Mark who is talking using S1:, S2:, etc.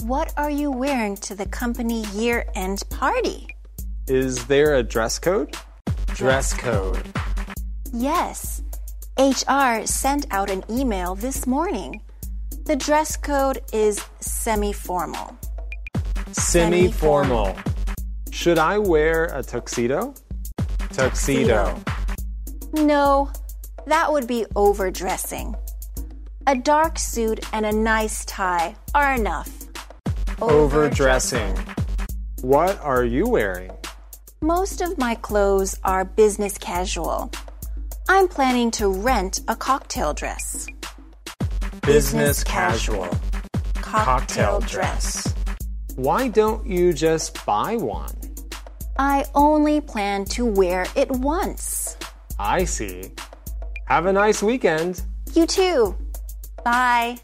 S1: What are you wearing to the company year end party?
S2: Is there a dress code? Dress code.
S1: Yes. HR sent out an email this morning. The dress code is semi formal.
S2: Semi formal. Should I wear a tuxedo? Tuxedo.
S1: No, that would be overdressing. A dark suit and a nice tie are enough.
S2: Overdressing. What are you wearing?
S1: Most of my clothes are business casual. I'm planning to rent a cocktail dress. Business casual.
S2: Cocktail dress. Why don't you just buy one?
S1: I only plan to wear it once.
S2: I see. Have a nice weekend.
S1: You too. Bye.